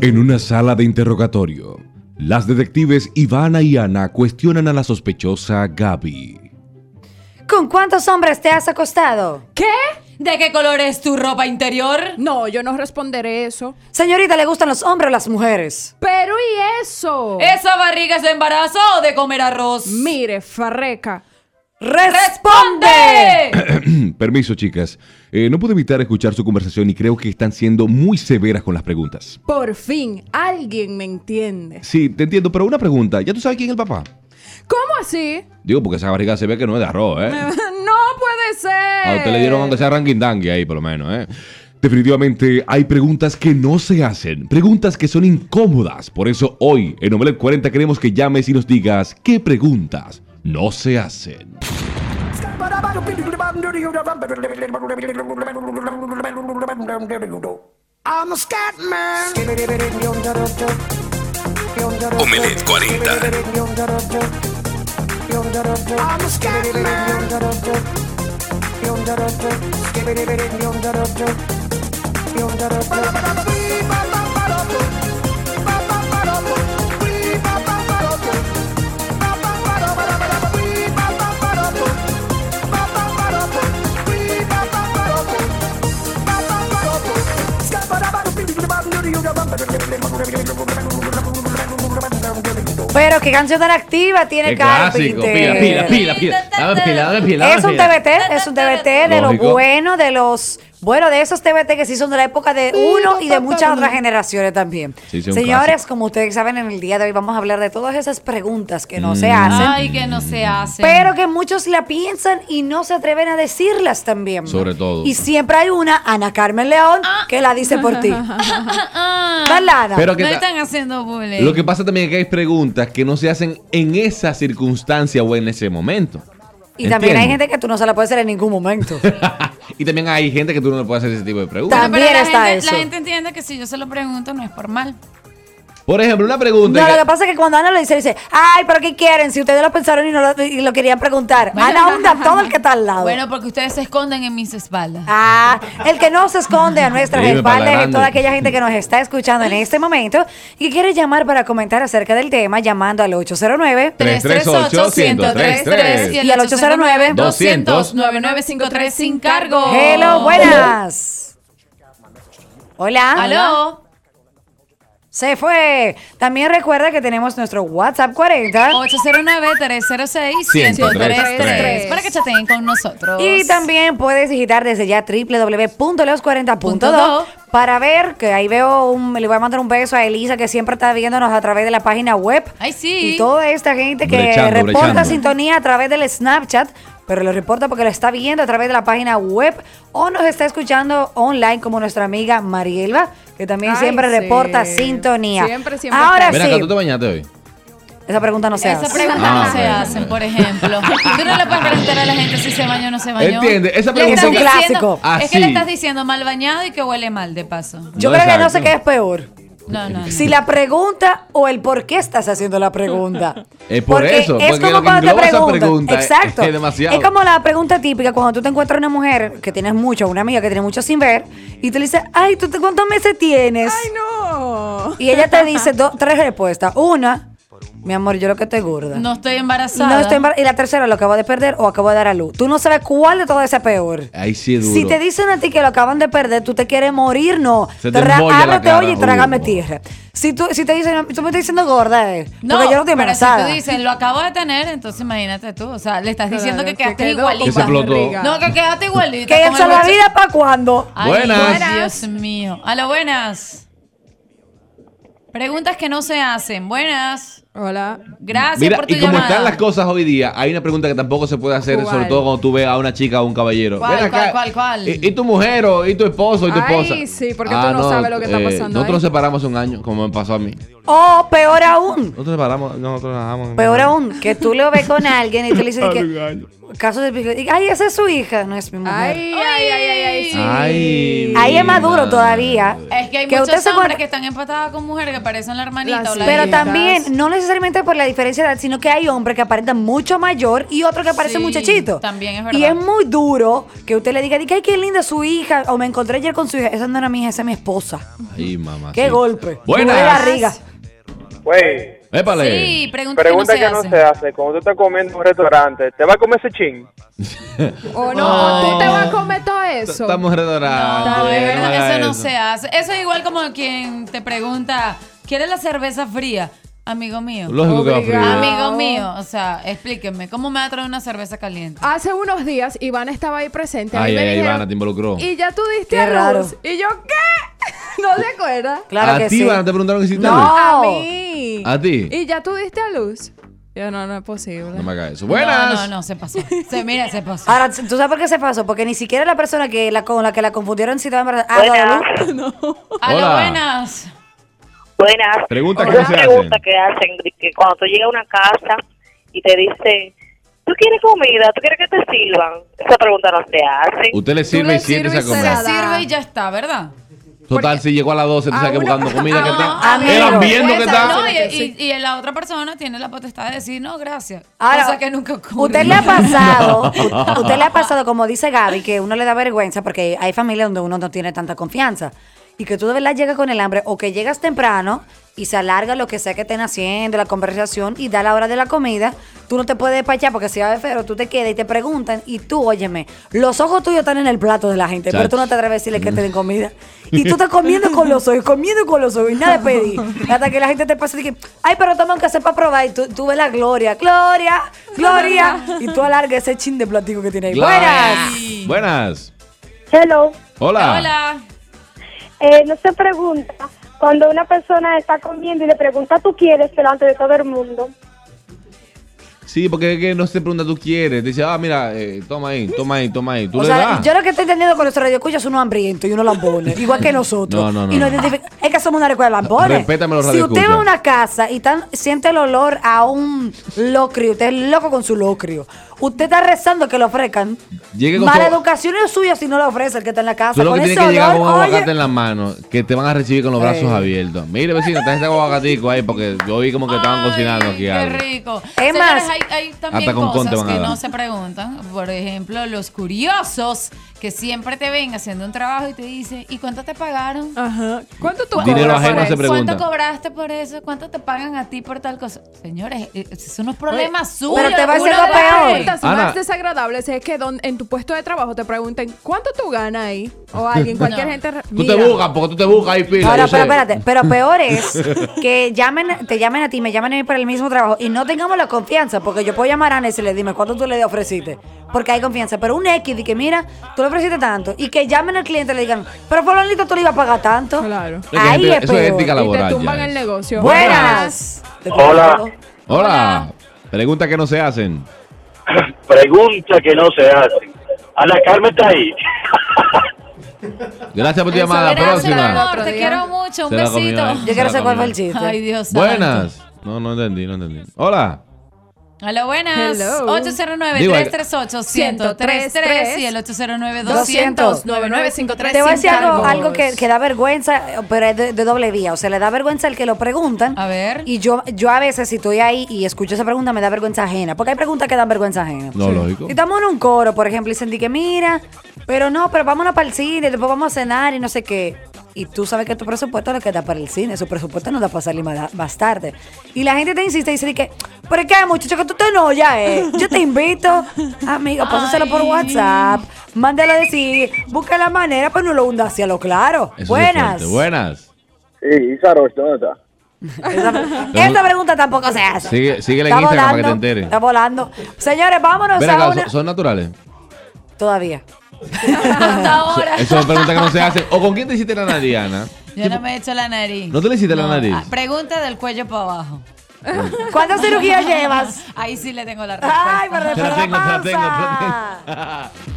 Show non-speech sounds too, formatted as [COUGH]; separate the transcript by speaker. Speaker 1: En una sala de interrogatorio, las detectives Ivana y Ana cuestionan a la sospechosa Gaby.
Speaker 2: ¿Con cuántos hombres te has acostado?
Speaker 3: ¿Qué?
Speaker 4: ¿De qué color es tu ropa interior?
Speaker 3: No, yo no responderé eso.
Speaker 2: Señorita, ¿le gustan los hombres o las mujeres?
Speaker 3: Pero ¿y eso?
Speaker 4: ¿Esa barriga es de embarazo o de comer arroz?
Speaker 3: Mire, farreca.
Speaker 2: ¡Responde!
Speaker 1: Mm, Permiso, chicas. Eh, no pude evitar escuchar su conversación y creo que están siendo muy severas con las preguntas.
Speaker 3: Por fin, alguien me entiende.
Speaker 1: Sí, te entiendo, pero una pregunta. ¿Ya tú sabes quién es el papá?
Speaker 3: ¿Cómo así? [LAUGHS]
Speaker 1: Digo, porque esa barriga se ve que no es de arroz, ¿eh?
Speaker 3: no puede ser.
Speaker 1: A usted le dieron aunque sea ranguindangui ahí, por lo menos, ¿eh? Definitivamente hay preguntas que no se hacen, preguntas que son incómodas. Por eso hoy, en Omelet 40, queremos que llames y nos digas qué preguntas no se hacen.
Speaker 5: I'm a scat man.
Speaker 6: Omelet 40.
Speaker 5: I'm a scat man.
Speaker 2: Pero qué canción tan activa tiene
Speaker 7: Qué clásico. Pila,
Speaker 2: Carpenter.
Speaker 7: pila, pila, pila. Dame pila, dame pila.
Speaker 2: Es
Speaker 7: dame
Speaker 2: un
Speaker 7: pila.
Speaker 2: TBT, es un TBT de lo
Speaker 1: Lógico.
Speaker 2: bueno, de los. Bueno, de esos TBT que sí son de la época de uno y de muchas otras generaciones también.
Speaker 1: Sí, sí, un
Speaker 2: Señores,
Speaker 1: clásico.
Speaker 2: como ustedes saben, en el día de hoy vamos a hablar de todas esas preguntas que no se hacen,
Speaker 4: Ay, que no se hace.
Speaker 2: pero que muchos la piensan y no se atreven a decirlas también.
Speaker 1: Sobre todo.
Speaker 2: Y siempre hay una, Ana Carmen León, que la dice por ti. Balada.
Speaker 1: Pero que
Speaker 4: Ah, no
Speaker 1: ta-
Speaker 4: están haciendo bullying.
Speaker 7: Lo que pasa también es que hay preguntas que no se hacen en esa circunstancia o en ese momento.
Speaker 2: y también hay
Speaker 7: entiendo.
Speaker 2: gente que tú no se la puedes hacer en ningún
Speaker 7: [LAUGHS]
Speaker 2: momento.
Speaker 7: y también hay gente que tú no le puedes hacer ese tipo de preguntas.
Speaker 2: Ta-
Speaker 4: Pero
Speaker 2: también
Speaker 4: la
Speaker 2: está
Speaker 4: gente,
Speaker 2: eso.
Speaker 4: La gente entiende que si yo se lo pregunto no es por mal.
Speaker 7: Por ejemplo, una pregunta.
Speaker 2: No,
Speaker 7: que-
Speaker 2: lo que pasa es que cuando Ana lo dice, dice, ay, pero ¿qué quieren? Si ustedes lo pensaron y no lo, y lo querían preguntar. Ana onda a todo el que está al lado.
Speaker 4: Bueno, porque ustedes se esconden en mis espaldas.
Speaker 2: Ah, el que no se esconde a nuestras
Speaker 7: Dime,
Speaker 2: espaldas
Speaker 7: Palagando.
Speaker 2: y toda aquella gente que nos está escuchando en este momento y que quiere llamar para comentar acerca del tema, llamando al 809.
Speaker 4: 338-1033
Speaker 2: Y al 809
Speaker 4: 200 9953 sin cargo.
Speaker 2: Hello, buenas. Hola.
Speaker 4: Aló.
Speaker 2: Se fue. También recuerda que tenemos nuestro WhatsApp 40.
Speaker 4: 809-306-1033. Para que chateen con nosotros.
Speaker 2: Y también puedes visitar desde ya www.leos40.do
Speaker 4: do.
Speaker 2: para ver que ahí veo un, le voy a mandar un beso a Elisa que siempre está viéndonos a través de la página web.
Speaker 4: Ay, sí.
Speaker 2: Y toda esta gente que
Speaker 7: Brechando,
Speaker 2: reporta
Speaker 7: brechando.
Speaker 2: sintonía a través del Snapchat, pero lo reporta porque lo está viendo a través de la página web o nos está escuchando online como nuestra amiga Marielva, que también
Speaker 3: Ay,
Speaker 2: siempre
Speaker 3: sí.
Speaker 2: reporta sintonía.
Speaker 3: Siempre, siempre
Speaker 2: Ahora
Speaker 7: Ven acá, tú te
Speaker 2: sí,
Speaker 7: bañaste hoy.
Speaker 2: esa pregunta no se
Speaker 4: Esa
Speaker 2: hace.
Speaker 4: pregunta
Speaker 7: Ah,
Speaker 4: no se
Speaker 7: bueno,
Speaker 4: hacen,
Speaker 7: bueno.
Speaker 4: por ejemplo. Tú no le puedes preguntar a la gente si se bañó o no se bañó.
Speaker 7: Entiende, esa
Speaker 4: Le
Speaker 7: pregunta-
Speaker 4: estás
Speaker 2: Es un
Speaker 4: diciendo-
Speaker 2: clásico.
Speaker 4: Es que le
Speaker 7: Así.
Speaker 4: estás diciendo mal bañado y que huele mal, de paso.
Speaker 2: Yo
Speaker 7: No,
Speaker 2: creo que no
Speaker 7: exacto.
Speaker 2: sé qué es peor.
Speaker 4: No, no, no.
Speaker 2: Si la pregunta o el por qué estás haciendo la pregunta.
Speaker 7: [LAUGHS] Es por eso,
Speaker 2: es
Speaker 7: porque
Speaker 2: como
Speaker 7: lo que
Speaker 2: cuando te
Speaker 7: engloba esa
Speaker 2: preguntan.
Speaker 7: pregunta es-
Speaker 2: Exacto.
Speaker 7: es [LAUGHS] demasiado.
Speaker 2: Es como la pregunta típica cuando tú te encuentras una mujer que tienes mucho, una amiga que tiene mucho sin ver, y tú le dices, ay, ¿tú te- cuántos meses tienes?
Speaker 3: Ay, no.
Speaker 2: Y ella te dice do- tres respuestas. Una, mi amor, yo lo que estoy gorda.
Speaker 4: No estoy embarazada.
Speaker 2: No estoy embar- Y la tercera, lo acabo de perder o acabo de dar a luz. Tú no sabes cuál de todas es peor.
Speaker 7: Ahí sí es duro.
Speaker 2: Si te dicen a ti que lo acaban de perder, tú te quieres morir, no.
Speaker 7: Se te embolla la
Speaker 2: ábrete,
Speaker 7: cara.
Speaker 2: oye y trágame
Speaker 7: Uh.
Speaker 2: tierra. Si tú, si te dicen, tú me estás diciendo gorda, eh, porque yo
Speaker 4: No,
Speaker 2: no estoy
Speaker 4: pero si
Speaker 2: embarazada.
Speaker 4: tú dices, lo acabo de tener, entonces imagínate tú. O sea, le estás diciendo que
Speaker 3: Claro,
Speaker 4: quedaste
Speaker 3: quedó con
Speaker 4: igualita.
Speaker 7: Que se explotó.
Speaker 3: barriga.
Speaker 4: No, que quedaste igualita.
Speaker 2: que
Speaker 4: con
Speaker 2: eso
Speaker 4: el
Speaker 2: la
Speaker 4: boche-
Speaker 2: vida para cuando.
Speaker 4: Ay,
Speaker 7: Buenas.
Speaker 4: Dios mío. A lo buenas. Preguntas que no se hacen. Buenas.
Speaker 3: Hola.
Speaker 4: Gracias
Speaker 7: Mira,
Speaker 4: por tu
Speaker 7: y como
Speaker 4: llamada.
Speaker 7: están las cosas hoy día, hay una pregunta que tampoco se puede hacer,
Speaker 3: ¿Cuál?
Speaker 7: sobre todo cuando tú ves a una chica o un caballero.
Speaker 4: ¿Cuál,
Speaker 7: Ven
Speaker 4: cuál,
Speaker 7: acá,
Speaker 4: cuál, cuál?
Speaker 7: ¿Y, y tu mujer o y tu esposo y tu
Speaker 3: Ay,
Speaker 7: esposa? Ah, eh,
Speaker 3: sí, porque tú no sabes lo que está pasando
Speaker 7: Nosotros nos
Speaker 3: ahí.
Speaker 7: separamos un año, como me pasó a mí.
Speaker 2: O Oh, peor aún,
Speaker 7: Nosotros separamos, nosotros dejamos.
Speaker 2: peor aún, que tú lo ves con alguien y tú le dices que. Caso de y, Ay, esa es su hija. No es mi mujer.
Speaker 3: Ay, ay, ay, ay, ay, sí.
Speaker 7: Ay.
Speaker 2: Ahí es maduro todavía.
Speaker 4: Es que hay
Speaker 2: Que
Speaker 4: muchos
Speaker 2: usted se
Speaker 4: hombres
Speaker 2: guarda-
Speaker 4: que están empatados con mujeres que parecen la hermanita
Speaker 3: Las
Speaker 4: o la
Speaker 2: Pero
Speaker 4: hija.
Speaker 3: tam-
Speaker 2: también
Speaker 3: Chicas.
Speaker 2: no necesariamente por la diferencia de edad, sino que hay hombres que aparentan mucho mayor y otros que aparecen
Speaker 4: Sí,
Speaker 2: muchachitos.
Speaker 4: también es
Speaker 2: Y
Speaker 4: verdad.
Speaker 2: es muy duro que usted le diga, di que, ay, qué linda su hija, o me encontré ayer con su hija. Esa no era mi hija, esa es mi esposa.
Speaker 7: Ay, mamá.
Speaker 2: Qué
Speaker 7: sí.
Speaker 2: golpe.
Speaker 1: Buenas.
Speaker 2: Duele barriga.
Speaker 8: Güey,
Speaker 1: ¡Épale!
Speaker 4: Sí, pregunta,
Speaker 8: pregunta
Speaker 4: que no se hace.
Speaker 8: Cuando tú estás comiendo en un restaurante, ¿te va a comer ese chin?
Speaker 3: O no,
Speaker 7: No.
Speaker 3: tú te vas a comer todo eso.
Speaker 7: Estamos redorados.
Speaker 4: No, de
Speaker 7: eh,
Speaker 4: verdad,
Speaker 7: haga
Speaker 4: eso no se hace. Eso es igual como quien te pregunta, ¿quieres la cerveza fría? Amigo mío.
Speaker 7: Lógico que va a frío.
Speaker 3: Obligado.
Speaker 4: Amigo mío, o sea, explíquenme, ¿cómo me va a traer una cerveza caliente?
Speaker 3: Hace unos días Ivana estaba ahí presente. A mí
Speaker 7: Ay,
Speaker 3: me
Speaker 7: ay, ay,
Speaker 3: dijeron,
Speaker 7: Ivana, te involucró.
Speaker 3: Y ya tú diste
Speaker 2: Qué
Speaker 3: a luz.
Speaker 2: raro.
Speaker 3: Y yo, ¿qué? [LAUGHS] ¿No te acuerdas?
Speaker 2: Claro
Speaker 7: a
Speaker 2: que
Speaker 7: ti,
Speaker 2: sí.
Speaker 7: Ivana, te preguntaron que si
Speaker 2: No.
Speaker 3: A mí.
Speaker 7: ¿A ti?
Speaker 3: Y ya tú diste a luz. Yo, no, no es posible.
Speaker 7: No me hagas eso. Buenas.
Speaker 4: No, no, no, se pasó. Se, mira, se pasó.
Speaker 2: Ahora, ¿tú sabes por qué se pasó? Porque ni siquiera la persona que la, con la que la confundieron si estaba embarazada. Ah, dado luz.
Speaker 4: A lo
Speaker 7: Hola.
Speaker 4: buenas.
Speaker 9: Buenas.
Speaker 7: Pregunta que
Speaker 9: Una
Speaker 7: no se
Speaker 9: pregunta
Speaker 7: hacen.
Speaker 9: que hacen, de que cuando tú llegas a una casa y te dicen, ¿tú quieres comida? ¿Tú quieres que te sirvan? Esa pregunta no se hace.
Speaker 7: Usted le sirve y
Speaker 3: le
Speaker 7: siéntese a
Speaker 3: sirves y
Speaker 7: comer.
Speaker 3: se
Speaker 4: Se sirve y ya está, ¿verdad? Ah,
Speaker 7: Total, si llegó a las 12, entonces
Speaker 3: a
Speaker 7: que
Speaker 3: uno-
Speaker 7: buscando comida que
Speaker 3: a
Speaker 7: está.
Speaker 3: uno-
Speaker 2: Amigo.
Speaker 7: Eran viendo que está.
Speaker 4: No, y,
Speaker 3: Sí.
Speaker 4: y- y la otra persona tiene la potestad de decir, no, gracias.
Speaker 2: Ahora,
Speaker 4: cosa que nunca ocurre.
Speaker 2: Usted le ha pasado,
Speaker 4: [LAUGHS]
Speaker 2: u- usted le ha pasado, como dice Gaby, que uno le da vergüenza porque hay familias donde uno no tiene tanta confianza. Y que tú de verdad llegas con el hambre o que llegas temprano y se alarga lo que sea que estén haciendo, la conversación y da la hora de la comida, tú no te puedes despachar porque si va a feo, tú te quedas y te preguntan y tú, óyeme, los ojos tuyos están en el plato de la gente, pero tú no te atreves a decirle que te den comida. Y tú estás comiendo con los ojos, comiendo con los ojos y nada de pedir. Hasta que la gente te pasa y que, ay, pero toma un café para probar y tú, tú ves la gloria, gloria, gloria. Y tú alargas ese chin de platico que tiene ahí. Buenas.
Speaker 7: Buenas. Buenas.
Speaker 10: Hello.
Speaker 7: Hola.
Speaker 4: Hola.
Speaker 10: Eh, no se pregunta cuando una persona está comiendo y le pregunta tú quieres delante de todo el mundo.
Speaker 7: Sí, porque es que no se pregunta tú quieres. Dice, ah, mira, eh, toma ahí, toma ahí, toma ahí. Tú
Speaker 2: O
Speaker 7: le
Speaker 2: sea,
Speaker 7: das.
Speaker 2: yo lo que estoy entendiendo con nuestro radio es uno hambriento y uno lambones, igual que nosotros.
Speaker 7: No, no, no,
Speaker 2: y nos
Speaker 7: no.
Speaker 2: identifica- Es que somos una recuerda de lambones.
Speaker 7: Respétame los
Speaker 2: Si usted va a
Speaker 7: radioescuchas.
Speaker 2: una casa y tan, siente el olor a un locrio, usted es loco con su locrio. Usted está rezando que lo ofrezcan.
Speaker 7: Llegue con
Speaker 2: Mala
Speaker 7: su-
Speaker 2: educación es suya si no lo ofrece el que está en la casa.
Speaker 7: Tú lo
Speaker 2: con
Speaker 7: que
Speaker 2: ese
Speaker 7: tienes que llegar con un
Speaker 2: olor, oye.
Speaker 7: aguacate en la mano, que te van a recibir con los brazos
Speaker 2: Eh.
Speaker 7: abiertos. Mire, vecino, está este aguacatico ahí, porque yo vi como que estaban
Speaker 4: Ay,
Speaker 7: cocinando aquí
Speaker 4: Qué
Speaker 7: algo.
Speaker 4: rico.
Speaker 2: Es
Speaker 4: Señores,
Speaker 2: más,
Speaker 4: hay, hay también
Speaker 7: hasta con conte
Speaker 4: cosas
Speaker 7: van a
Speaker 4: que
Speaker 7: dar.
Speaker 4: no se preguntan. Por ejemplo, los curiosos que siempre te ven haciendo un trabajo y te dicen, ¿y cuánto te pagaron?
Speaker 3: Ajá. ¿Cuánto tú
Speaker 7: Dinero
Speaker 3: cobras
Speaker 7: ajeno
Speaker 3: por
Speaker 7: Ah, se
Speaker 3: eso?
Speaker 7: pre- pregunta.
Speaker 4: ¿Cuánto cobraste por eso? ¿Cuánto te pagan a ti por tal cosa? Señores, eh, son unos problemas suyos.
Speaker 2: pero te va a
Speaker 4: Uno
Speaker 2: ser lo
Speaker 4: de las
Speaker 2: peor.
Speaker 4: preguntas-
Speaker 3: preguntas
Speaker 7: Ana.
Speaker 3: más desagradables es que don- en tu puesto de trabajo te pregunten cuánto tú ganas ahí o
Speaker 7: [LAUGHS]
Speaker 3: alguien cualquier
Speaker 4: No.
Speaker 3: gente re-
Speaker 7: Tú te
Speaker 3: mira.
Speaker 7: buscas, porque tú te buscas ahí, pila.
Speaker 2: Ahora,
Speaker 7: yo sé.
Speaker 2: pero espérate,
Speaker 7: [LAUGHS]
Speaker 2: pero peor es que llamen, te llamen a ti, me llamen a mí para el mismo trabajo y no tengamos la confianza, porque yo puedo llamar a Ana y decirle, dime cuánto tú le ofreciste, porque hay confianza. Pero un X de que mira, tú le ofreciste tanto y que llamen al cliente y le digan, pero fulanito tú le ibas a pagar tanto.
Speaker 3: Claro.
Speaker 7: que
Speaker 2: Ahí
Speaker 7: gente-
Speaker 2: es
Speaker 7: eso
Speaker 2: peor.
Speaker 7: es ética
Speaker 3: Y
Speaker 7: laboral
Speaker 3: te
Speaker 7: ya
Speaker 3: tumban
Speaker 7: es.
Speaker 3: el negocio.
Speaker 2: Buenas.
Speaker 8: Hola.
Speaker 7: Hola. Pregunta que no se hacen.
Speaker 8: Pregunta que no se hace. Ana Carmen está ahí.
Speaker 7: Gracias por tu llamada.
Speaker 4: Gracias,
Speaker 7: Próxima.
Speaker 4: amor, te
Speaker 3: Otro día.
Speaker 4: quiero mucho. Un
Speaker 7: Se la comió
Speaker 4: besito.
Speaker 7: ahí.
Speaker 2: Yo quiero saber cuál fue el chiste.
Speaker 4: Ay, Dios. santo.
Speaker 7: Buenas. No, no entendí, no entendí. Hola.
Speaker 4: Hola, buenas.
Speaker 3: Hello.
Speaker 7: Digo,
Speaker 4: 809-338-1033 y el 809-200-9953.
Speaker 2: Te voy a decir algo,
Speaker 3: cargos.
Speaker 2: algo que, que da vergüenza, eh, pero es de, de doble vía. O sea, le da vergüenza al que lo preguntan.
Speaker 4: A ver.
Speaker 2: Y yo, yo a veces, si estoy ahí y escucho esa pregunta, me da vergüenza ajena. Porque hay preguntas que dan vergüenza ajena.
Speaker 7: No, lógico.
Speaker 2: Si estamos en un coro, por ejemplo, y sentí que mira, pero no, pero vámonos para el cine, después vamos a cenar y no sé qué. Y tú sabes que tu presupuesto es lo que da para el cine, su presupuesto no da para salir más, más tarde. Y la gente te insiste y dice de que, pero es que muchacho, que tú te no ya
Speaker 7: [LAUGHS]
Speaker 2: eh. Yo te invito, amigo, pásaselo por
Speaker 4: Ay.
Speaker 2: WhatsApp, mándalo a decir, busca la manera, pero no lo hunda hacia lo claro.
Speaker 7: Eso sí es
Speaker 2: Buenas.
Speaker 7: fuerte. Buenas.
Speaker 8: Sí, Isaros, ¿dónde está?
Speaker 2: Esa, esta pregunta tampoco se hace.
Speaker 7: Sigue- síguela en
Speaker 2: Está
Speaker 7: Instagram para que
Speaker 2: volando,
Speaker 7: te enteres.
Speaker 2: Está volando. Señores, vámonos
Speaker 7: Ven
Speaker 2: a
Speaker 7: acá,
Speaker 2: una-
Speaker 7: ¿son, son naturales?
Speaker 2: Todavía.
Speaker 4: Hasta ahora.
Speaker 7: Eso es pregunta que no se hacen. ¿O con quién te hiciste la nariz, Diana?
Speaker 4: Yo no me he hecho la nariz.
Speaker 7: ¿No te le hiciste la nariz?
Speaker 4: Ah, Pregunta del cuello para abajo.
Speaker 2: ¿Cuántas cirugías llevas?
Speaker 4: [LAUGHS] Ahí sí le tengo la respuesta.
Speaker 2: Ay, me
Speaker 7: Te
Speaker 2: refiero
Speaker 7: la
Speaker 2: la
Speaker 7: tengo, te la
Speaker 2: panza.
Speaker 7: tengo, [LAUGHS] te la tengo.